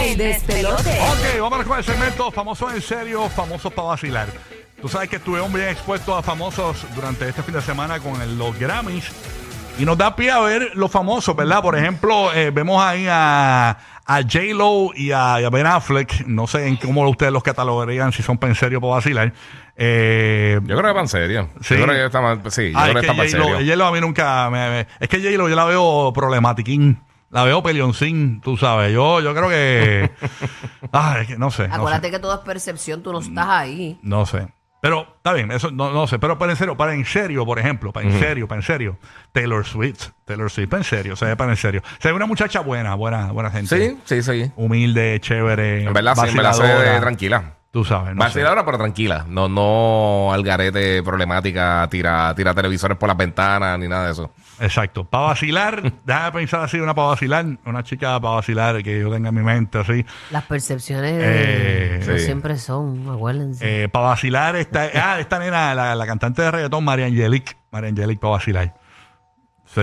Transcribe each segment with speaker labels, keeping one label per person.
Speaker 1: El despelote.
Speaker 2: Ok, vamos con el segmento famosos en serio, famosos para vacilar. Tú sabes que estuvimos bien expuestos a famosos durante este fin de semana con el- los Grammys. Y nos da pie a ver los famosos, ¿verdad? Por ejemplo, eh, vemos ahí a, a J-Lo y a, y a Ben Affleck. No sé en cómo ustedes los catalogarían, si son para en serio para vacilar. Eh,
Speaker 3: Yo creo que va en serio.
Speaker 2: Sí.
Speaker 3: Yo creo que está mal. Sí, yo
Speaker 2: Ah,
Speaker 3: creo que
Speaker 2: es
Speaker 3: está
Speaker 2: que
Speaker 3: mal
Speaker 2: J-Lo,
Speaker 3: serio.
Speaker 2: J-Lo a mí nunca me, me- Es que J-Lo yo la veo problematiquín. La veo peleoncín, tú sabes. Yo, yo creo que... ah, es que no sé. no sé.
Speaker 1: Acuérdate que todo es percepción, tú no estás ahí.
Speaker 2: No sé. Pero, está bien, eso no, no sé. Pero para en serio, para en serio, por ejemplo, para en serio, para en serio. Taylor Swift, Taylor Swift, para en serio, se ve para en serio. Se ve una muchacha buena, buena, buena gente.
Speaker 3: Sí, sí, sí.
Speaker 2: Humilde, chévere.
Speaker 3: En verdad, sí, me la sé
Speaker 2: vaciladora.
Speaker 3: de tranquila.
Speaker 2: Tú sabes, no sé.
Speaker 3: Vaciladora, pero tranquila. No, no al garete problemática, tira, tira televisores por las ventanas ni nada de eso.
Speaker 2: Exacto. Para vacilar, déjame pensar así, una para vacilar, una chica para vacilar que yo tenga en mi mente así.
Speaker 1: Las percepciones de-
Speaker 2: Eh,
Speaker 1: no
Speaker 3: sí.
Speaker 1: siempre son, acuérdense.
Speaker 2: Eh, para vacilar, esta, ah, esta nena, la, la cantante de reggaetón, María Angelique. María Angelique para vacilar. Sí.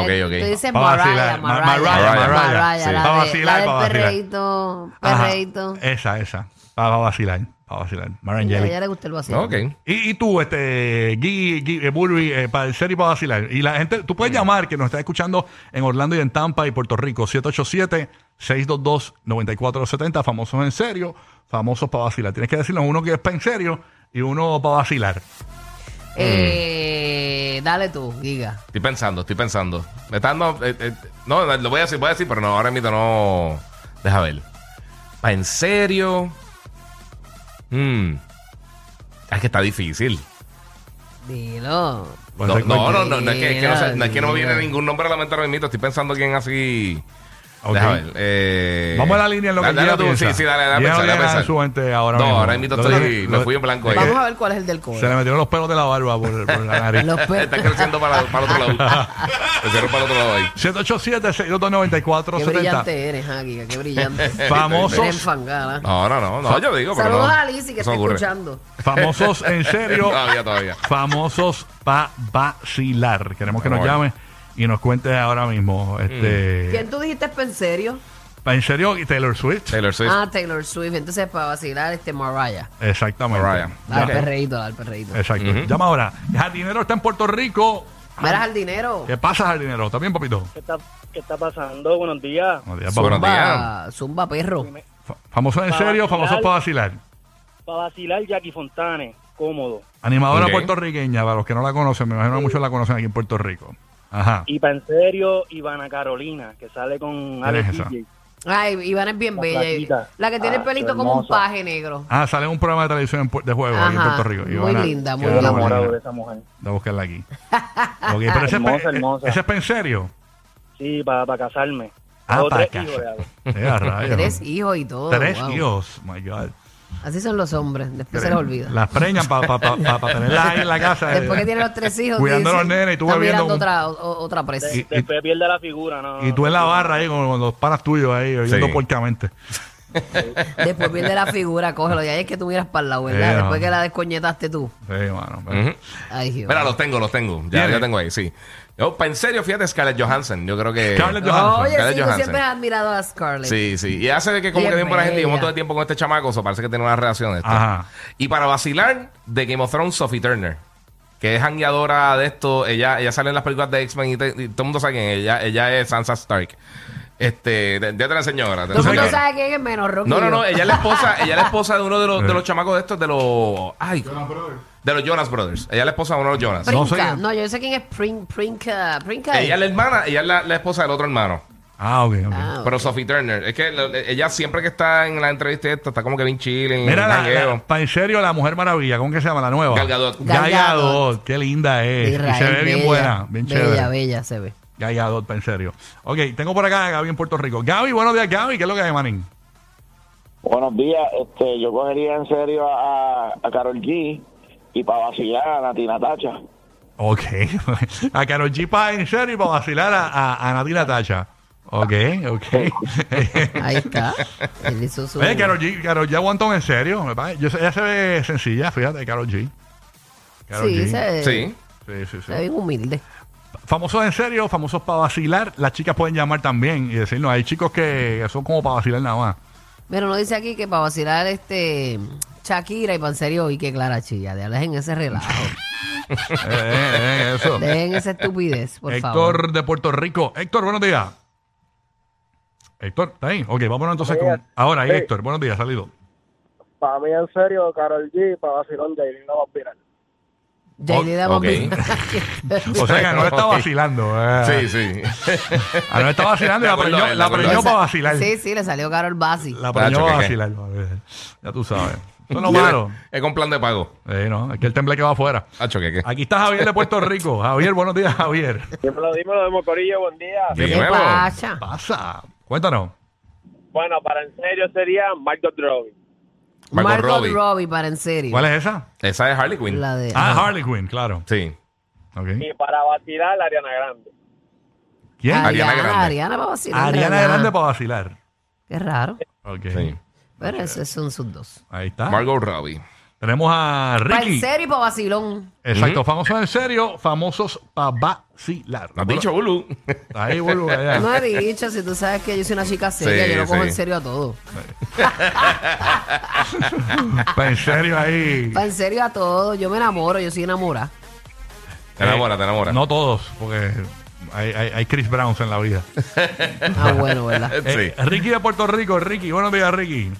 Speaker 1: la-
Speaker 3: ok, ok.
Speaker 1: Tú dices
Speaker 2: Pa'
Speaker 1: Mariah,
Speaker 2: vacilar, Ma-
Speaker 1: Mariah.
Speaker 2: Mariah,
Speaker 3: Mariah,
Speaker 2: sí.
Speaker 1: la,
Speaker 2: Pa'
Speaker 1: de-
Speaker 2: vacilar,
Speaker 1: la
Speaker 2: pa'
Speaker 1: del
Speaker 2: vacilar.
Speaker 1: perreíto,
Speaker 2: Ajá. Eh,
Speaker 1: perreíto.
Speaker 2: Esa, esa. Para vacilar, para vacilar. Mara
Speaker 1: A
Speaker 2: Angelic.
Speaker 1: ella le gusta el vacío.
Speaker 3: Ok.
Speaker 2: Y, y tú, este, Gui, Gui- eh, Burby, eh, para el serio y para vacilar. Y la gente, tú puedes llamar, que nos está escuchando en Orlando y en Tampa y Puerto Rico, 787-622-9470, famosos en serio, famosos para vacilar. Tienes que decirnos uno que es para en serio y uno para vacilar.
Speaker 1: Eh, dale tú, Giga.
Speaker 3: Estoy pensando, estoy pensando. Me está dando- eh, eh, no, lo voy a decir, voy a decir, pero no, ahora mismo no. Deja ver. Pa, en serio. Mm. Es que está difícil.
Speaker 1: Dilo.
Speaker 2: Pues
Speaker 3: no,
Speaker 2: recuerda-
Speaker 3: no, no, no, no es que, es que no, sé- no es que no me viene
Speaker 1: Mira,
Speaker 3: ningún nombre a la mente ahora mismo. Estoy pensando quién así.
Speaker 2: Ok.
Speaker 3: Deja ver. eh,
Speaker 2: Vamos a la línea en lo que
Speaker 3: dale,
Speaker 2: Gia
Speaker 3: dale tú,
Speaker 2: piensa.
Speaker 3: Sí, sí, dale,
Speaker 2: Gia
Speaker 3: dale,
Speaker 2: no
Speaker 3: a pensar, dale, a
Speaker 2: tiene nada en
Speaker 3: pensar.
Speaker 2: su mente ahora
Speaker 3: No,
Speaker 2: mismo.
Speaker 3: ahora mismo
Speaker 2: Lo-
Speaker 3: estoy,
Speaker 2: lo-
Speaker 3: me fui en blanco ahí.
Speaker 1: Vamos a ver cuál es el del
Speaker 2: Se le
Speaker 1: coro.
Speaker 2: metieron los pelos de la barba por, por la nariz.
Speaker 1: Los pe-
Speaker 3: Está creciendo para, para otro lado. Creciendo para otro lado ahí.
Speaker 2: 787-622-9470.
Speaker 1: Qué brillante eres, ah, Giga, qué brillante.
Speaker 2: Famosos.
Speaker 1: Eres enfangada.
Speaker 3: No, no, no, no, yo digo, pero.
Speaker 1: Saludos
Speaker 3: no.
Speaker 1: a Lizzy que
Speaker 3: Eso
Speaker 1: está
Speaker 3: ocurre.
Speaker 1: escuchando.
Speaker 2: Famosos en serio.
Speaker 3: Todavía, todavía.
Speaker 2: Famosos para vacilar. Queremos que nos
Speaker 3: Bueno.
Speaker 2: llame y nos cuente ahora mismo.
Speaker 3: Mm.
Speaker 2: Este,
Speaker 1: ¿Quién tú dijiste pa' en serio?
Speaker 2: pa' en serio, y Taylor Swift.
Speaker 3: Taylor Swift.
Speaker 1: Ah, Taylor Swift. Entonces, para vacilar, este Mariah.
Speaker 2: Exactamente.
Speaker 3: Mariah.
Speaker 1: Dale
Speaker 2: Ya-
Speaker 1: al perreíto, dale al perreíto.
Speaker 2: Exacto. Llama ahora. Jardinero está en Puerto Rico.
Speaker 1: Verás al dinero.
Speaker 2: ¿Qué pasa, Jardinero? ¿Está bien, papito?
Speaker 4: ¿Qué está, qué está pasando? Buenos días.
Speaker 2: Buenos días,
Speaker 3: Buenos
Speaker 2: papá.
Speaker 1: Zumba, zumba perro.
Speaker 2: Fa- Famosos en serio, famosos para vacilar.
Speaker 4: Para vacilar, Jackie Fontane, cómodo.
Speaker 2: Animadora
Speaker 3: Ok.
Speaker 2: puertorriqueña, para los que no la conocen, me imagino que muchos la conocen aquí en Puerto Rico. Ajá.
Speaker 4: Y para en serio, Ivana Carolina, que sale con
Speaker 2: ¿Quién es
Speaker 4: Alex
Speaker 2: esa?
Speaker 4: DJ.
Speaker 1: Ay, Iván es bien
Speaker 4: La
Speaker 1: bella.
Speaker 4: flaquita.
Speaker 1: La que tiene el
Speaker 4: Ah,
Speaker 1: pelito
Speaker 4: qué
Speaker 1: como un
Speaker 4: hermosa.
Speaker 1: paje negro.
Speaker 2: Ah, sale un programa de televisión en Pu- de juego aquí en
Speaker 1: Ajá.
Speaker 2: Puerto Rico.
Speaker 1: Muy
Speaker 2: Ivana,
Speaker 1: linda, muy
Speaker 2: que
Speaker 4: Estoy
Speaker 2: era
Speaker 1: linda.
Speaker 2: buena.
Speaker 4: enamorado de esa mujer.
Speaker 2: De buscarla aquí. Ok, pero ese, es
Speaker 4: Hermosa,
Speaker 2: pa- eh,
Speaker 4: hermosa.
Speaker 2: ese es pa' en serio.
Speaker 4: Sí, para, para casarme.
Speaker 2: Ah,
Speaker 4: Hago
Speaker 2: para
Speaker 4: tres
Speaker 2: casa.
Speaker 4: hijos de algo.
Speaker 2: Eh, a rayos.
Speaker 1: Tres hijos y todo.
Speaker 2: Tres
Speaker 1: wow.
Speaker 2: hijos. My God.
Speaker 1: Así son los hombres. Después se les olvida.
Speaker 2: Las preñan para pa, pa, pa- pa tenerlas ahí en la casa.
Speaker 1: Después que
Speaker 2: Eh,
Speaker 1: tienen los tres hijos.
Speaker 2: Cuidando a los
Speaker 1: dicen,
Speaker 2: nenes y tú
Speaker 1: está
Speaker 2: bebiendo
Speaker 1: mirando
Speaker 2: un-
Speaker 1: otra, o- otra presa.
Speaker 4: De-
Speaker 2: Y- y-
Speaker 4: después pierde la figura, ¿no?
Speaker 2: Y tú en la barra ahí con, con los panas tuyos ahí, oyendo
Speaker 3: Sí.
Speaker 2: porcamente.
Speaker 1: Después viene la figura, cógelo. Y ahí es que tú miras para el lado, ¿verdad?
Speaker 2: Eh,
Speaker 1: Después
Speaker 2: no.
Speaker 1: que la descoñetaste tú.
Speaker 2: Sí, mano. pero-
Speaker 3: Ujú.
Speaker 1: Ay, Dios.
Speaker 3: Mira, los tengo, los tengo. Ya,
Speaker 2: Viene.
Speaker 3: ya tengo ahí, sí. Yo, pa, en serio, fíjate, Scarlett Johansson. Yo creo que.
Speaker 2: Scarlett Johansson.
Speaker 1: Oye,
Speaker 3: Scarlett
Speaker 1: sí, tú
Speaker 3: Johansson.
Speaker 1: siempre has admirado a Scarlett.
Speaker 3: Sí, sí. Y hace que como
Speaker 1: Bien
Speaker 3: que bien buena gente.
Speaker 1: bella.
Speaker 3: Llevamos todo el tiempo con este chamaco. O parece que tiene una relación esta.
Speaker 2: Ajá.
Speaker 3: Y para vacilar, de Game of Thrones, Sophie Turner. Que es hangueadora de esto. Ella, ella sale en las películas de X-Men y, te- y todo el mundo sabe quién es. Ella, ella es Sansa Stark. Este, de- ya te la enseño ahora. te la
Speaker 1: Todo el mundo
Speaker 3: enseño ahora.
Speaker 1: sabe quién es menos Rocky.
Speaker 3: No, no, no.
Speaker 1: yo.
Speaker 3: Ella es la esposa, ella es la esposa de uno de los, de
Speaker 2: Eh.
Speaker 3: los chamacos de estos, de los. Ay, de los Jonas Brothers. Ella es la esposa de uno de los Jonas.
Speaker 2: No sé
Speaker 1: Princa.
Speaker 2: quién-
Speaker 1: No, yo sé quién es Prin- Princa. Princa.
Speaker 3: Ella es la hermana, ella es la, la esposa del otro hermano.
Speaker 2: Ah, ok, ok.
Speaker 1: Ah,
Speaker 3: Pero Sophie Turner, es que lo- ella siempre que está en la entrevista esta, está como que bien chile, en
Speaker 2: Mira, la,
Speaker 3: jangueo.
Speaker 2: la- pa' en serio, la Mujer Maravilla, ¿cómo que se llama? La nueva.
Speaker 3: Gal Gadot.
Speaker 1: Gal
Speaker 2: Galladot. Qué linda es. Y
Speaker 1: Israel,
Speaker 2: se ve bien
Speaker 1: bella,
Speaker 2: buena, bien
Speaker 1: bella,
Speaker 2: chévere.
Speaker 1: Bella, se ve.
Speaker 2: Galladot, pa' en serio. Ok, tengo por acá a Gaby en Puerto Rico. Gaby, buenos días, Gaby. ¿Qué es lo que hay, manín?
Speaker 5: Buenos días, este, yo cogería en serio a, a Carol G y para vacilar a Natina Tacha.
Speaker 2: Ok. A Karol G para en serio y para vacilar a, a, a Natina Tacha. Ok, ok.
Speaker 1: Ahí está. Él hizo su...
Speaker 2: Oye, Karol G, Karol G aguantó en serio. Me parece. Yo, sé- ella se ve sencilla, fíjate, Karol G. Karol
Speaker 1: Sí,
Speaker 2: G.
Speaker 1: se ve,
Speaker 3: Sí.
Speaker 2: Sí, sí, sí.
Speaker 1: se ve bien humilde.
Speaker 2: Famosos en serio, famosos para vacilar. Las chicas pueden llamar también y decirnos, hay chicos que son como para vacilar nada más.
Speaker 1: Mira, uno dice aquí que para vacilar este Shakira y Panserio y que Clara Chilla, de dejen ese relajo,
Speaker 2: Eh, eh, eh, eso.
Speaker 1: dejen esa estupidez, por
Speaker 2: Héctor
Speaker 1: favor.
Speaker 2: de Puerto Rico. Héctor, buenos días. Héctor, ¿está ahí? Ok, vámonos entonces
Speaker 6: Buenos
Speaker 2: con...
Speaker 6: días.
Speaker 2: Ahora, ahí,
Speaker 6: Sí.
Speaker 2: Héctor, buenos días, salido.
Speaker 6: Para mí, en serio, Carol G, para vacilón, Jailin no va a opinar.
Speaker 1: Yailin
Speaker 3: Ok.
Speaker 2: O sea que no le está
Speaker 3: Ok.
Speaker 2: vacilando.
Speaker 3: Sí,
Speaker 2: eh.
Speaker 3: sí.
Speaker 2: Ah, no le está vacilando y la
Speaker 3: De acuerdo a
Speaker 2: preñó,
Speaker 3: él,
Speaker 2: la
Speaker 3: de acuerdo
Speaker 2: preñó
Speaker 3: a él.
Speaker 2: para vacilar.
Speaker 1: Sí, sí, le salió Carol Basi.
Speaker 2: La preñó
Speaker 3: Nacho,
Speaker 2: para
Speaker 3: ¿qué, qué?
Speaker 2: vacilar. eh. Ya tú sabes. Eso es lo malo.
Speaker 3: Es con plan de pago.
Speaker 2: Eh, no, es que el temble que va afuera.
Speaker 3: Hacho, que qué.
Speaker 2: Aquí está Javier de Puerto Rico. Javier, buenos días, Javier.
Speaker 6: Dímelo, dímelo, de Corillo, buen día.
Speaker 3: De
Speaker 1: ¿Qué
Speaker 3: nuevo.
Speaker 1: pasa?
Speaker 2: Pasa. Cuéntanos.
Speaker 6: Bueno, para en serio sería Margot Robbie.
Speaker 3: Margot
Speaker 1: Margot
Speaker 3: Robbie.
Speaker 1: Robbie. para en serio.
Speaker 2: ¿Cuál es esa?
Speaker 3: Esa es Harley Quinn.
Speaker 1: La de...
Speaker 2: Ah, Harley Quinn, claro.
Speaker 3: Sí.
Speaker 2: Ok.
Speaker 6: Y para vacilar, Ariana Grande.
Speaker 2: ¿Quién?
Speaker 3: Ari-
Speaker 1: Ariana,
Speaker 3: Ariana Grande.
Speaker 1: Ariana, para vacilar.
Speaker 2: Ariana
Speaker 1: relaja.
Speaker 2: Grande Eh, para vacilar.
Speaker 1: Qué raro.
Speaker 2: Ok.
Speaker 3: Sí.
Speaker 1: Pero
Speaker 2: eh.
Speaker 1: esos son sus dos.
Speaker 2: Ahí está.
Speaker 3: Margot Robbie.
Speaker 2: Tenemos a
Speaker 1: Para en
Speaker 2: Ricky.
Speaker 1: serio y para vacilón.
Speaker 2: Exacto, famosos en serio, famosos para vacilar.
Speaker 3: Lo has dicho, Ulu.
Speaker 2: Ahí vuelvo allá.
Speaker 1: No he dicho, si tú sabes que yo soy una chica seria,
Speaker 3: Eh. Sí,
Speaker 1: yo lo cojo
Speaker 3: sí.
Speaker 1: en serio a todo.
Speaker 2: Pa' en serio ahí.
Speaker 1: Para en serio a todo, yo me enamoro, yo soy enamorada.
Speaker 3: Te enamora, te enamora.
Speaker 2: No todos, porque hay, hay- hay Chris Browns en la vida.
Speaker 1: Ah, bueno, ¿verdad?
Speaker 3: Sí.
Speaker 2: Eh, Ricky de Puerto Rico, Ricky, buenos días, Ricky.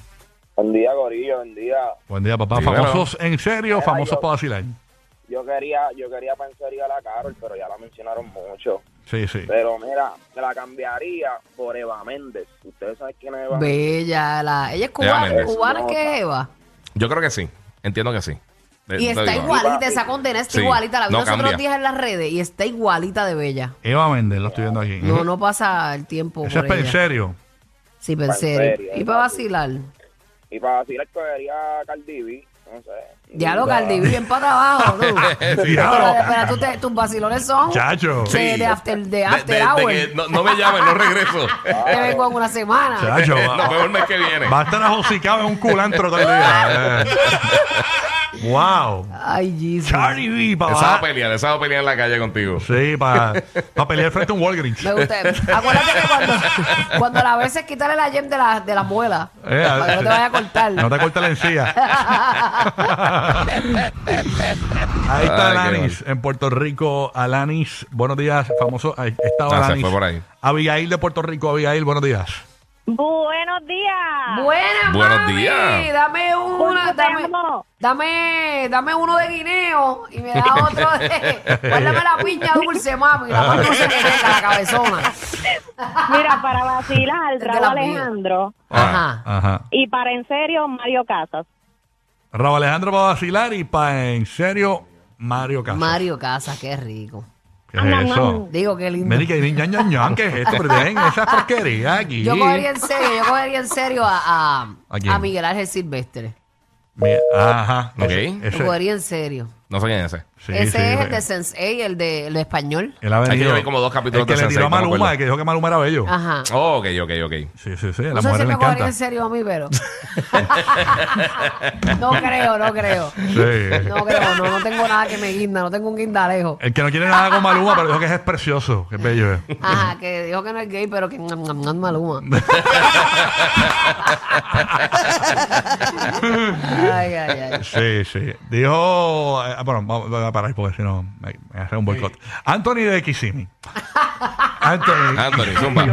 Speaker 5: Buen día, Corillo, buen día.
Speaker 2: Buen día, papá.
Speaker 3: Sí,
Speaker 2: famosos en serio,
Speaker 5: Mira,
Speaker 2: famosos
Speaker 5: yo-
Speaker 2: para vacilar.
Speaker 5: Yo quería, yo quería pensar ir a la Carol, pero ya la mencionaron mucho.
Speaker 2: Sí, sí.
Speaker 5: Pero mira, me la cambiaría por Eva Méndez. Ustedes saben quién es Eva Méndez.
Speaker 1: Bella, la... ella es
Speaker 3: Méndez.
Speaker 1: cubana, cubana que es Eva.
Speaker 2: eh.
Speaker 3: Yo creo que sí. Entiendo que sí. Eh, De-
Speaker 1: Y
Speaker 3: estoy
Speaker 1: está igualita, esa condena está
Speaker 3: Sí,
Speaker 1: igualita. La vi
Speaker 3: no
Speaker 1: los otros
Speaker 3: cambia.
Speaker 1: días en las redes y está igualita de Bella.
Speaker 2: Eva Méndez, lo estoy viendo aquí.
Speaker 1: No, no pasa el tiempo
Speaker 2: Ese es
Speaker 1: por
Speaker 2: pa' en
Speaker 1: ella.
Speaker 2: serio.
Speaker 1: Sí, pero en
Speaker 5: Pa' en serio,
Speaker 1: serio. Y para
Speaker 5: papi.
Speaker 1: vacilar.
Speaker 5: Y para vacilar, cogería a Cardi B. No sé.
Speaker 1: Ya lo Cardi B, bien para abajo, tú.
Speaker 2: Diablo.
Speaker 1: Pero, pero tú te- tus vacilones son
Speaker 2: Chacho.
Speaker 1: de, de after, de
Speaker 3: De- de-
Speaker 1: after
Speaker 3: de
Speaker 1: hour.
Speaker 3: que no, no me llamen, no regreso.
Speaker 1: Te vengo en una semana.
Speaker 2: Chacho.
Speaker 3: Nos
Speaker 2: va,
Speaker 3: vemos el mes que viene.
Speaker 2: ah, va a estar ajosicado en un culantro todo el día. Eh. wow.
Speaker 1: Ay, Jesus.
Speaker 2: Charlie B,
Speaker 3: Esa va a
Speaker 2: papá.
Speaker 3: pelear, esa va a pelear en la calle contigo.
Speaker 2: Sí, para pelear frente a un Walgreens.
Speaker 1: Me gusta. Acuérdate que cuando, cuando la ves es quitarle la gem de la, de la muela.
Speaker 2: Eh,
Speaker 1: para que no te vaya a cortar.
Speaker 2: No te corta la encía. ahí está
Speaker 3: Ay, qué
Speaker 2: Alanis, en Puerto Rico. Alanis, buenos días, famoso. Ahí estaba
Speaker 3: Ah, se
Speaker 2: Alanis.
Speaker 3: fue por ahí.
Speaker 2: Abigail de Puerto Rico, Abigail, buenos días.
Speaker 7: Buenos días.
Speaker 1: Buena,
Speaker 3: Buenos
Speaker 1: mami.
Speaker 3: días.
Speaker 1: Dame una,
Speaker 7: Porque
Speaker 1: dame,
Speaker 7: te amo.
Speaker 1: dame, dame uno de guineo y me da otro de. Guárdame la piña dulce, mami. La más dulce que tenga, la cabezona.
Speaker 7: Mira, para vacilar,
Speaker 1: de
Speaker 7: Raúl
Speaker 1: la vida.
Speaker 7: Alejandro.
Speaker 1: Ajá.
Speaker 2: Ajá.
Speaker 7: Y para en serio, Mario Casas.
Speaker 2: Raúl Alejandro para vacilar y para en serio, Mario Casas.
Speaker 1: Mario Casas, qué rico.
Speaker 2: ¿Qué es eso?
Speaker 1: Digo, qué lindo.
Speaker 2: Meri que ñan, ñan, ñan, ¿qué es esto? Pero dejen esa porquería aquí.
Speaker 1: Yo cogería en serio, yo cogería en serio a, a,
Speaker 2: ¿A quién?
Speaker 1: a Miguel Ángel Silvestre.
Speaker 2: Mi- Ajá.
Speaker 3: Ok.
Speaker 2: Ese-
Speaker 1: Yo
Speaker 2: ese-
Speaker 1: cogería en serio.
Speaker 3: No sé quién es ese.
Speaker 2: sí,
Speaker 1: Ese
Speaker 2: sí,
Speaker 1: es
Speaker 2: sí.
Speaker 1: el de Sensei, el de, el de español.
Speaker 2: Él ha
Speaker 3: que
Speaker 2: venido.
Speaker 3: yo vi como dos capítulos
Speaker 2: El que
Speaker 3: de
Speaker 2: le tiró
Speaker 3: Sensei,
Speaker 2: a
Speaker 3: no me
Speaker 2: Maluma,
Speaker 3: acuerdo.
Speaker 2: el que dijo que Maluma era bello.
Speaker 1: Ajá.
Speaker 3: Oh, ok, ok, ok.
Speaker 2: Sí, sí, sí.
Speaker 1: Ah.
Speaker 2: A
Speaker 1: No
Speaker 2: las
Speaker 1: sé si
Speaker 2: mujeres le
Speaker 1: me cogería
Speaker 2: encanta.
Speaker 1: en serio a mí, pero. no creo, no creo.
Speaker 2: Sí.
Speaker 1: No creo, no, no tengo nada que me guinda, no tengo un guindalejo.
Speaker 2: El que no quiere nada con Maluma, pero dijo que es precioso, que es bello. eh.
Speaker 1: Ajá, que dijo que no es gay, pero que no es maluma. ay, ay, ay.
Speaker 2: Sí, sí. Dijo. eh, bueno, vamos vamos a parar porque si no me, me hace un boicot. Anthony de Kissimmee. Anthony.
Speaker 3: Anthony, zumba.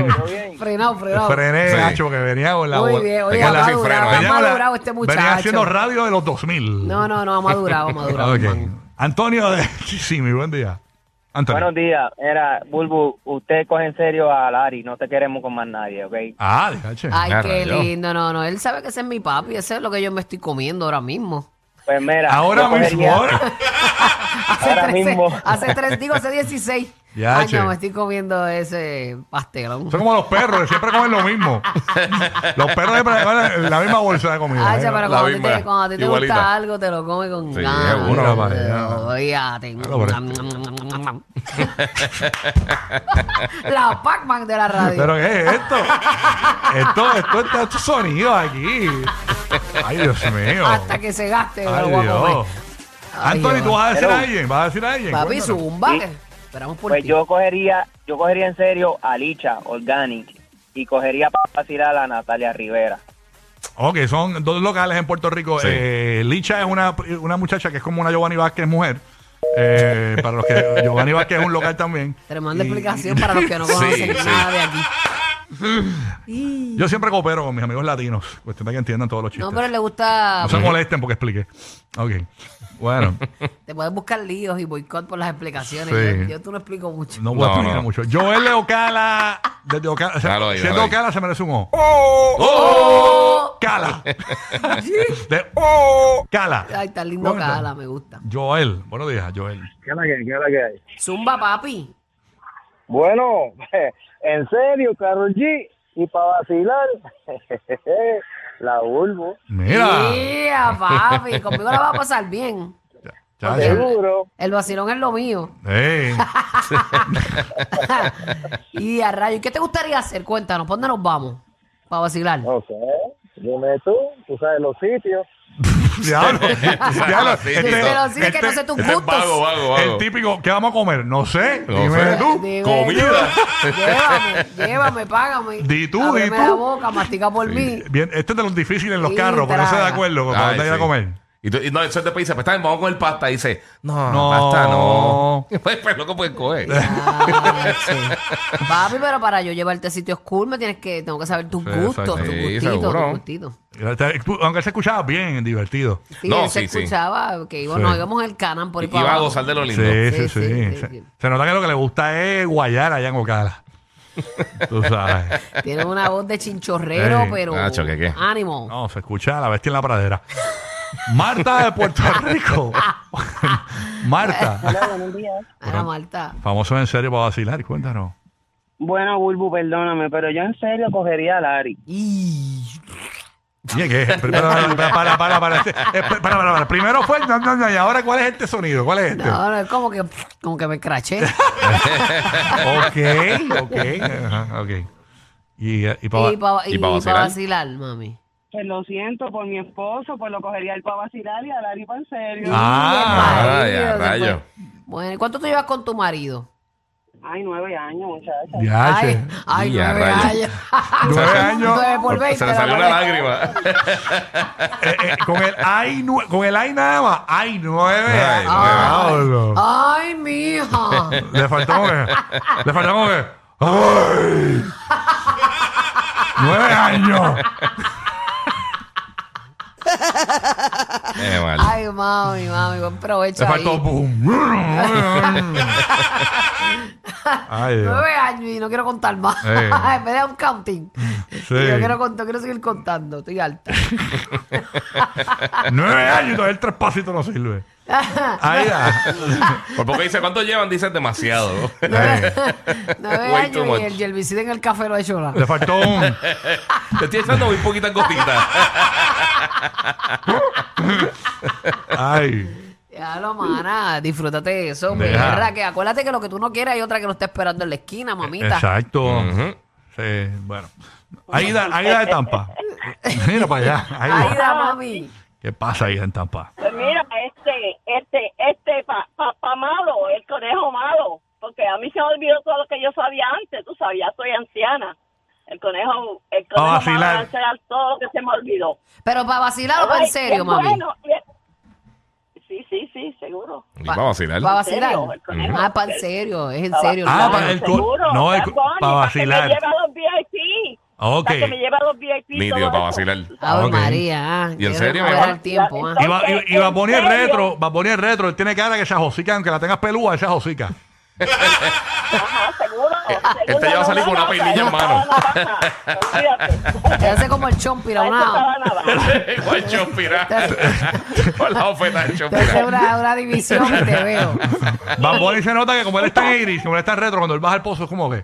Speaker 1: Frenado, frenado.
Speaker 2: Frené,
Speaker 3: Ah. Sí.
Speaker 2: Nacho, que venía con la.
Speaker 1: Muy bien, oye,
Speaker 3: Con
Speaker 1: ha
Speaker 3: la sin
Speaker 1: madurado,
Speaker 3: freno,
Speaker 1: ha
Speaker 3: ya
Speaker 2: venía con la-
Speaker 1: madurado este
Speaker 2: Venía haciendo
Speaker 1: muchacho.
Speaker 2: radio de los 2000.
Speaker 1: No, no, no, ha madurado, ha madurado.
Speaker 2: Ok.
Speaker 1: man.
Speaker 2: Antonio de Kissimmee, buen día. Antonio.
Speaker 8: Buenos días. Era, Bulbu, usted coge en serio a Lari. No te queremos con más nadie, ¿ok?
Speaker 2: Ah, dejache.
Speaker 1: Ay,
Speaker 3: Ah,
Speaker 1: qué
Speaker 3: rayos.
Speaker 1: lindo. No, no, él sabe que ese es mi papi. Ese es lo que yo me estoy comiendo ahora mismo.
Speaker 8: Pues mira.
Speaker 2: Ahora
Speaker 8: yo cogería-
Speaker 2: mismo, ahora.
Speaker 1: Hace
Speaker 8: Ahora
Speaker 1: trece-
Speaker 8: mismo.
Speaker 1: Hace tres, digo, hace 16
Speaker 2: Ya, che.
Speaker 1: años me estoy comiendo ese pastelón.
Speaker 2: Son como los perros, que siempre comen lo mismo. los perros siempre comen la misma bolsa de comida.
Speaker 1: Ay,
Speaker 2: ¿eh?
Speaker 1: che, pero
Speaker 3: la
Speaker 1: cuando, a ti
Speaker 3: misma,
Speaker 1: te, cuando a ti te
Speaker 3: igualita.
Speaker 1: gusta algo, te lo comes con
Speaker 3: Sí,
Speaker 1: ganas.
Speaker 3: seguro,
Speaker 1: Pero,
Speaker 2: papá, ya.
Speaker 1: Fíjate.
Speaker 2: Claro, pero-
Speaker 1: La Pac-Man de la radio.
Speaker 2: ¿Pero qué es esto? esto, esto está estos sonidos aquí. Ay, Dios mío.
Speaker 1: Hasta que se gaste, me lo
Speaker 2: Ay,
Speaker 1: voy a comer.
Speaker 2: Dios.
Speaker 1: Ay,
Speaker 2: Anthony,
Speaker 1: Dios.
Speaker 2: ¿tú vas a decir a alguien? ¿Vas a decir a alguien?
Speaker 1: Papi,
Speaker 2: Cuéntanos.
Speaker 1: zumba. que- Esperamos por
Speaker 8: Pues
Speaker 1: ti.
Speaker 8: yo cogería, yo cogería en serio a Licha Organic y cogería para vacilar a Natalia Rivera.
Speaker 2: Ok, son dos locales en Puerto Rico.
Speaker 3: Sí.
Speaker 2: Eh, Licha es una, una muchacha que es como una Giovanni Vázquez mujer. Eh, para los que Giovanni Vázquez es un local también.
Speaker 1: Tremenda
Speaker 2: Y-
Speaker 1: explicación para los que no
Speaker 3: Sí,
Speaker 1: conocen
Speaker 3: sí.
Speaker 1: nada de aquí.
Speaker 2: Yo siempre coopero con mis amigos latinos. Cuestión de que entiendan todos los chistes.
Speaker 1: No,
Speaker 2: No,
Speaker 1: pero le gusta.
Speaker 2: se molesten porque explique. Ok. Bueno,
Speaker 1: Te puedes buscar líos y boicot por las explicaciones.
Speaker 2: Sí.
Speaker 1: Yo, yo tú no explico mucho.
Speaker 2: no voy a
Speaker 3: No,
Speaker 2: explicar
Speaker 3: no.
Speaker 2: mucho. Joel de Ocala. Desde Ocala.
Speaker 3: Dalo ahí,
Speaker 2: siendo
Speaker 3: dalo ahí.
Speaker 2: Ocala se merece un ojo.
Speaker 1: Oh.
Speaker 2: Cala. de oh, Cala.
Speaker 1: Ay, está lindo
Speaker 2: Bueno,
Speaker 1: Cala, me gusta.
Speaker 2: Joel, buenos días, Joel.
Speaker 6: ¿Qué es la que hay? ¿Qué es la que hay?
Speaker 1: Zumba, papi.
Speaker 6: Bueno, en serio, Carol G. Y para vacilar, la Bulbo.
Speaker 2: Mira.
Speaker 1: Yeah, papi. Conmigo la va a pasar bien.
Speaker 2: Chacho.
Speaker 6: Seguro.
Speaker 1: El vacilón es lo mío.
Speaker 2: Ey.
Speaker 1: y a rayo, ¿qué te gustaría hacer? Cuéntanos, ¿por dónde nos vamos? Para vacilar.
Speaker 6: No sé. Dime tú, tú sabes los sitios.
Speaker 2: Diablo. Diablo.
Speaker 3: Sí,
Speaker 2: Este-
Speaker 3: sí,
Speaker 1: Pero sí, que no sé tus
Speaker 3: Este es vago,
Speaker 1: gustos.
Speaker 3: vago,
Speaker 2: El
Speaker 3: vago.
Speaker 2: típico, ¿qué vamos a comer? No sé.
Speaker 3: No
Speaker 2: Dime
Speaker 3: sé.
Speaker 2: tú.
Speaker 1: Dime
Speaker 3: comida.
Speaker 1: tú. Llévame, llévame, págame.
Speaker 2: Di tú, di
Speaker 1: Ábreme
Speaker 2: tú.
Speaker 1: la boca, mastica por mí.
Speaker 2: Bien, este es de los difíciles en los
Speaker 1: Sí,
Speaker 2: carros, por eso de
Speaker 1: traga.
Speaker 2: acuerdo con cuando
Speaker 3: Ay,
Speaker 2: te ir a
Speaker 3: sí.
Speaker 2: comer.
Speaker 3: Y, tú- y no, eso después dice, pues está bien, vamos a comer pasta. Y dice, no,
Speaker 2: No.
Speaker 3: pasta no. Pues, pues loco puedes coger.
Speaker 1: Ay, Ah, sí. Papi, pero para yo llevarte a sitios cool, me tienes que, tengo que saber tus
Speaker 2: Sí,
Speaker 1: gustos,
Speaker 2: exacto.
Speaker 1: tus
Speaker 3: Sí,
Speaker 1: gustitos,
Speaker 3: seguro.
Speaker 1: tus gustitos.
Speaker 2: Este- tú- Aunque se escuchaba bien, divertido.
Speaker 1: Sí,
Speaker 3: No,
Speaker 1: él se
Speaker 3: sí, sí.
Speaker 1: escuchaba que íbamos,
Speaker 2: Sí.
Speaker 1: nos íbamos el canan por
Speaker 3: Y
Speaker 1: ahí para
Speaker 3: iba a
Speaker 1: abajo.
Speaker 3: gozar de lo
Speaker 2: Sí,
Speaker 3: lindo.
Speaker 2: sí, sí.
Speaker 1: Sí, sí,
Speaker 2: Se-
Speaker 1: sí.
Speaker 2: Se nota que lo que le gusta es guayar allá en Ocala. Tú sabes.
Speaker 1: Tiene una voz de chinchorrero,
Speaker 2: Sí.
Speaker 1: pero
Speaker 3: Nacho, ¿qué, qué?
Speaker 1: ánimo.
Speaker 2: No, se escucha la bestia en la pradera. Marta de Puerto Rico. Marta.
Speaker 8: buenos días.
Speaker 1: Era Marta.
Speaker 2: Famoso en serio para vacilar, cuéntanos.
Speaker 8: Bueno, Bulbu, perdóname, pero yo en serio cogería a Lari.
Speaker 2: Oye, ¿qué? Primero, para, para, para, para, este- eh, para, para, para. Primero fue el no, no, no, y ahora cuál es este sonido, cuál es este.
Speaker 1: No, no, es como que, como que me craché.
Speaker 2: Ok, ok, ajá, ok. Y, eh, y para,
Speaker 1: y para
Speaker 3: y pa vacilar.
Speaker 1: vacilar, mami.
Speaker 7: Pues lo siento por mi esposo, pues lo cogería él para vacilar y a Lari para en serio.
Speaker 2: Ah,
Speaker 1: Ay,
Speaker 3: ay, a
Speaker 1: Dios,
Speaker 3: rayo.
Speaker 1: pues. Bueno, ¿y ¿cuánto tú llevas con tu marido?
Speaker 7: Ay, nueve años, muchacha.
Speaker 2: diache.
Speaker 1: Ay, ay,
Speaker 3: Y a
Speaker 1: nueve
Speaker 3: rayo.
Speaker 1: años.
Speaker 2: Nueve años.
Speaker 1: Nueve por veinte,
Speaker 3: Se le
Speaker 1: la
Speaker 3: salió una
Speaker 1: verdad.
Speaker 3: lágrima.
Speaker 2: Eh, eh, con el ay nue- con el ay nada más, ay nueve.
Speaker 3: Ay,
Speaker 2: Diablo.
Speaker 1: Ay, mija.
Speaker 2: Le faltó como que. Le faltó como que. ¡Ay! ¡Nueve años!
Speaker 3: Eh, mal.
Speaker 1: Ay, mami, mami, buen provecho
Speaker 2: Le faltó
Speaker 1: ahí.
Speaker 2: boom. Ay, Dios.
Speaker 1: Nueve años y no quiero contar más.
Speaker 2: Sí.
Speaker 1: en vez de un counting.
Speaker 2: Sí.
Speaker 1: Yo quiero contar, quiero seguir contando. Estoy alta.
Speaker 2: Nueve años y todavía el tres pasitos no sirve. Ahí da.
Speaker 3: Por poco dice, ¿cuánto llevan? Dice demasiado.
Speaker 1: Nueve, nueve
Speaker 3: Way too
Speaker 1: años
Speaker 3: much.
Speaker 1: y el yerbicida en el café lo ha hecho nada.
Speaker 2: Le faltó un.
Speaker 3: Te estoy echando muy poquitas gotitas.
Speaker 2: Ay.
Speaker 1: Ya lo mana, disfrútate de eso, hombre.
Speaker 2: Deja.
Speaker 1: Verdad que acuérdate que lo que tú no quieras hay otra que lo está esperando en la esquina, mamita.
Speaker 2: Exacto. Sí, bueno. Ahí da, ahí da de Tampa. Mira para allá. Ahí
Speaker 1: Ay,
Speaker 2: da.
Speaker 1: da, mami.
Speaker 2: ¿Qué pasa ahí en Tampa?
Speaker 9: Pues mira, este, este, este, pa, pa, pa malo, el conejo malo, porque a mí se me olvidó todo lo que yo sabía antes, tú sabías, soy anciana. El conejo, el
Speaker 2: Pa'
Speaker 9: conejo malo
Speaker 2: vacilar.
Speaker 9: va a cancelar todo lo que se me olvidó.
Speaker 1: Pero para vacilar o para en
Speaker 9: Ay,
Speaker 1: serio,
Speaker 9: es
Speaker 1: mami.
Speaker 9: bueno, y es- Sí, sí, sí, seguro.
Speaker 3: Y vamos a vacilar.
Speaker 1: Para
Speaker 9: ¿En serio?
Speaker 1: vacilar.
Speaker 9: El conejo.
Speaker 1: Ah, para en serio, es en
Speaker 9: Pa'
Speaker 1: serio.
Speaker 2: Ah,
Speaker 1: claro.
Speaker 2: para el co-
Speaker 9: Seguro,
Speaker 2: no, el
Speaker 9: Bad
Speaker 2: co-
Speaker 9: Bunny,
Speaker 2: pa' vacilar.
Speaker 9: Para que me lleve a los VIP.
Speaker 2: Ok.
Speaker 9: Para que me lleve a los VIP.
Speaker 3: Nítido,
Speaker 9: todo
Speaker 3: para
Speaker 9: eso.
Speaker 3: vacilar.
Speaker 1: Ave
Speaker 2: Ah, ok.
Speaker 1: María, ah,
Speaker 3: ¿Y en
Speaker 1: qué
Speaker 3: serio,
Speaker 1: recuperar
Speaker 3: mejor?
Speaker 1: el tiempo, ah.
Speaker 2: Y va, y, y va a poner
Speaker 9: ¿En serio?
Speaker 2: retro, va a poner retro. Él tiene cara que se josica, aunque la tengas pelúa, se josica.
Speaker 9: Ajá, seguro.
Speaker 3: este ya va a salir con una peinilla en mano.
Speaker 9: Olvídate.
Speaker 1: Te hace como el chompiraunado.
Speaker 3: Igual Chompira. Con la oferta de
Speaker 1: Te hace
Speaker 3: Chompira.
Speaker 1: una, una división y te veo.
Speaker 2: Bad Bunny se nota que como él está en iris, como él está en retro, cuando él baja el pozo es como que...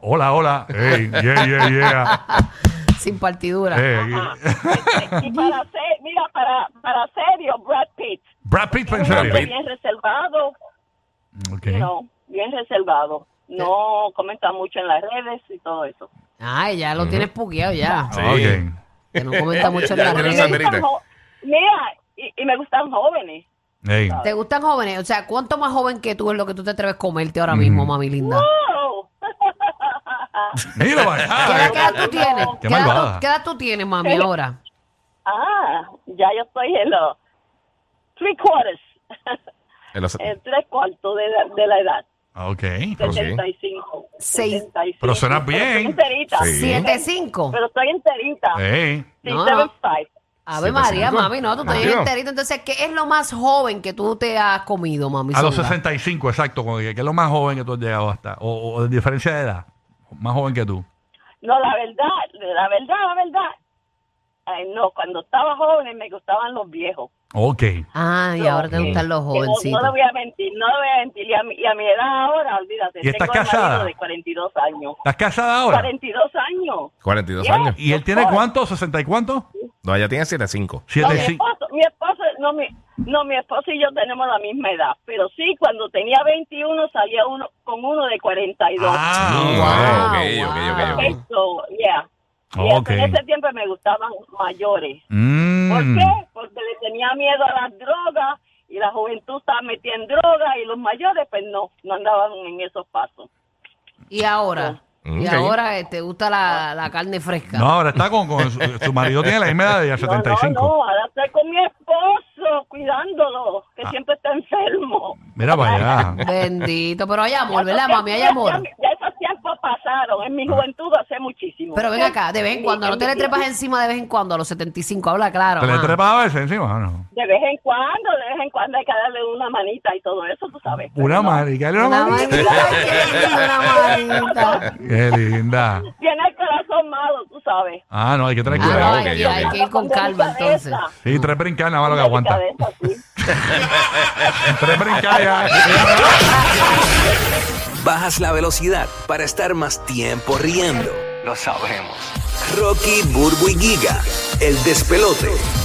Speaker 2: Hola, hola. Hey, yeah, yeah, yeah.
Speaker 1: Sin partidura.
Speaker 2: Hey,
Speaker 9: Ajá.
Speaker 2: aquí.
Speaker 9: Este, y para ser, mira, para, para serio, Brad Pitt.
Speaker 2: Pues Brad Pitt fue en
Speaker 9: Un
Speaker 2: serio.
Speaker 9: hombre bien reservado,
Speaker 2: Ok.
Speaker 9: no, bien reservado. No comenta mucho en las redes y todo eso.
Speaker 1: Ay, ya lo tienes puqueado ya.
Speaker 3: Sí.
Speaker 2: Ah, Ok.
Speaker 1: Que no comenta mucho en
Speaker 3: Ya
Speaker 1: la
Speaker 3: tiene
Speaker 1: red.
Speaker 9: Y me
Speaker 3: Sandrita.
Speaker 9: gustan jo- Mira, y, y me gustan jóvenes.
Speaker 2: Ey.
Speaker 1: ¿Te gustan jóvenes? O sea, ¿cuánto más joven que tú es lo que tú te atreves a comerte ahora mismo, mami linda?
Speaker 9: Oh,
Speaker 2: Mira,
Speaker 1: ¿Qué edad, qué
Speaker 2: vaya.
Speaker 1: edad tú tienes?
Speaker 2: Qué
Speaker 1: ¿Qué edad,
Speaker 2: malvada.
Speaker 1: tú, qué edad tú tienes, mami, ahora?
Speaker 9: ah, ya yo estoy en los three quarters,
Speaker 3: En Eh, los-
Speaker 1: Eh,
Speaker 9: en tres cuartos de la, de la edad,
Speaker 2: Ah, Ok.
Speaker 9: 75.
Speaker 1: Seis.
Speaker 9: 75.
Speaker 2: Pero suenas
Speaker 9: Pero
Speaker 2: bien. Eh.
Speaker 9: estoy enterita.
Speaker 3: Sí.
Speaker 1: ¿Siete, cinco?
Speaker 9: Pero estoy enterita.
Speaker 2: Ey.
Speaker 9: Sí,
Speaker 1: No.
Speaker 9: seven five.
Speaker 1: Ave
Speaker 3: ¿Siete,
Speaker 1: María,
Speaker 3: cinco?
Speaker 1: mami, no, tú estás
Speaker 3: Rápido.
Speaker 1: bien enterito. Entonces, ¿qué es lo más joven que tú te has comido, mami?
Speaker 2: A los
Speaker 1: Zumba?
Speaker 2: 65, exacto, como que que es lo más joven que tú has llegado hasta. O, o de diferencia de edad. Más joven que tú.
Speaker 9: No, la verdad, la verdad, la verdad. Ay, no, cuando estaba joven me gustaban los viejos.
Speaker 2: Ok.
Speaker 1: Ah, y ahora te gustan los
Speaker 9: Que no- No,
Speaker 1: jovencitos.
Speaker 9: le voy a mentir, no le voy a mentir. Y a mi, y a mi edad ahora, olvídate.
Speaker 2: ¿Y estás
Speaker 9: tengo el marido
Speaker 2: casada?
Speaker 9: de 42 años.
Speaker 2: ¿Estás casada ahora?
Speaker 9: 42 años.
Speaker 3: 42
Speaker 9: Yeah.
Speaker 3: años.
Speaker 2: ¿Y él tiene cuánto? ¿60 y cuánto?
Speaker 3: No, ella tiene 7'5".
Speaker 9: No, mi
Speaker 2: 7 5.
Speaker 9: esposo, mi esposo, no, mi, no, mi esposo y yo tenemos la misma edad. Pero sí, cuando tenía 21 salía uno con uno de 42.
Speaker 2: Ah,
Speaker 1: Wow,
Speaker 3: Ah, ok, ok, ok, ok.
Speaker 1: wow.
Speaker 9: Eso, yeah. Y
Speaker 2: Oh, Ok.
Speaker 9: eso, en ese tiempo me gustaban mayores.
Speaker 2: Mm.
Speaker 9: ¿Por qué? Porque le tenía miedo a las drogas y la juventud estaba metida en drogas y los mayores pues no, no andaban en esos pasos.
Speaker 1: ¿Y ahora? ¿Y
Speaker 3: Ok.
Speaker 1: ahora eh, te gusta la, la carne fresca?
Speaker 2: No, ahora está con, con su, su marido, tiene la misma edad de ella,
Speaker 9: No, no,
Speaker 2: 75.
Speaker 9: no, ahora estoy con mi esposo cuidándolo,
Speaker 2: Ah.
Speaker 9: que siempre está enfermo.
Speaker 2: Mira para allá.
Speaker 1: Bendito, pero hay amor,
Speaker 9: Ya
Speaker 1: ¿verdad,
Speaker 9: esos
Speaker 1: mami? Hay
Speaker 9: tiempos-
Speaker 1: amor.
Speaker 9: Ya esos tiempos pasaron, en
Speaker 2: Ah.
Speaker 9: mi juventud hace muchísimo.
Speaker 1: Pero ven acá, de vez en
Speaker 9: Sí,
Speaker 1: cuando, no te le
Speaker 9: en mi
Speaker 1: trepas encima de vez en cuando a los 75, habla claro.
Speaker 2: ¿Te le
Speaker 1: ma.
Speaker 2: trepas a veces encima? o No.
Speaker 9: De vez en cuando, de vez en cuando hay que darle una manita y todo eso, tú sabes.
Speaker 2: Una marica, una
Speaker 1: Una
Speaker 2: marica.
Speaker 1: manita, ay, qué lindo, una manita.
Speaker 2: Qué linda.
Speaker 9: Tiene el corazón malo, tú sabes.
Speaker 2: Ah, no, hay que tener
Speaker 3: Ah,
Speaker 1: Ah,
Speaker 2: cuidado.
Speaker 1: no,
Speaker 3: ok,
Speaker 1: hay, que-
Speaker 3: ok.
Speaker 1: hay que ir con calma entonces.
Speaker 2: Sí, tres brincar nada más lo que aguanta.
Speaker 9: Delicadeza, sí.
Speaker 2: Tres brincar ya.
Speaker 10: Bajas la velocidad para estar más tiempo riendo. Lo sabremos. Rocky, Burbu y Giga, el despelote.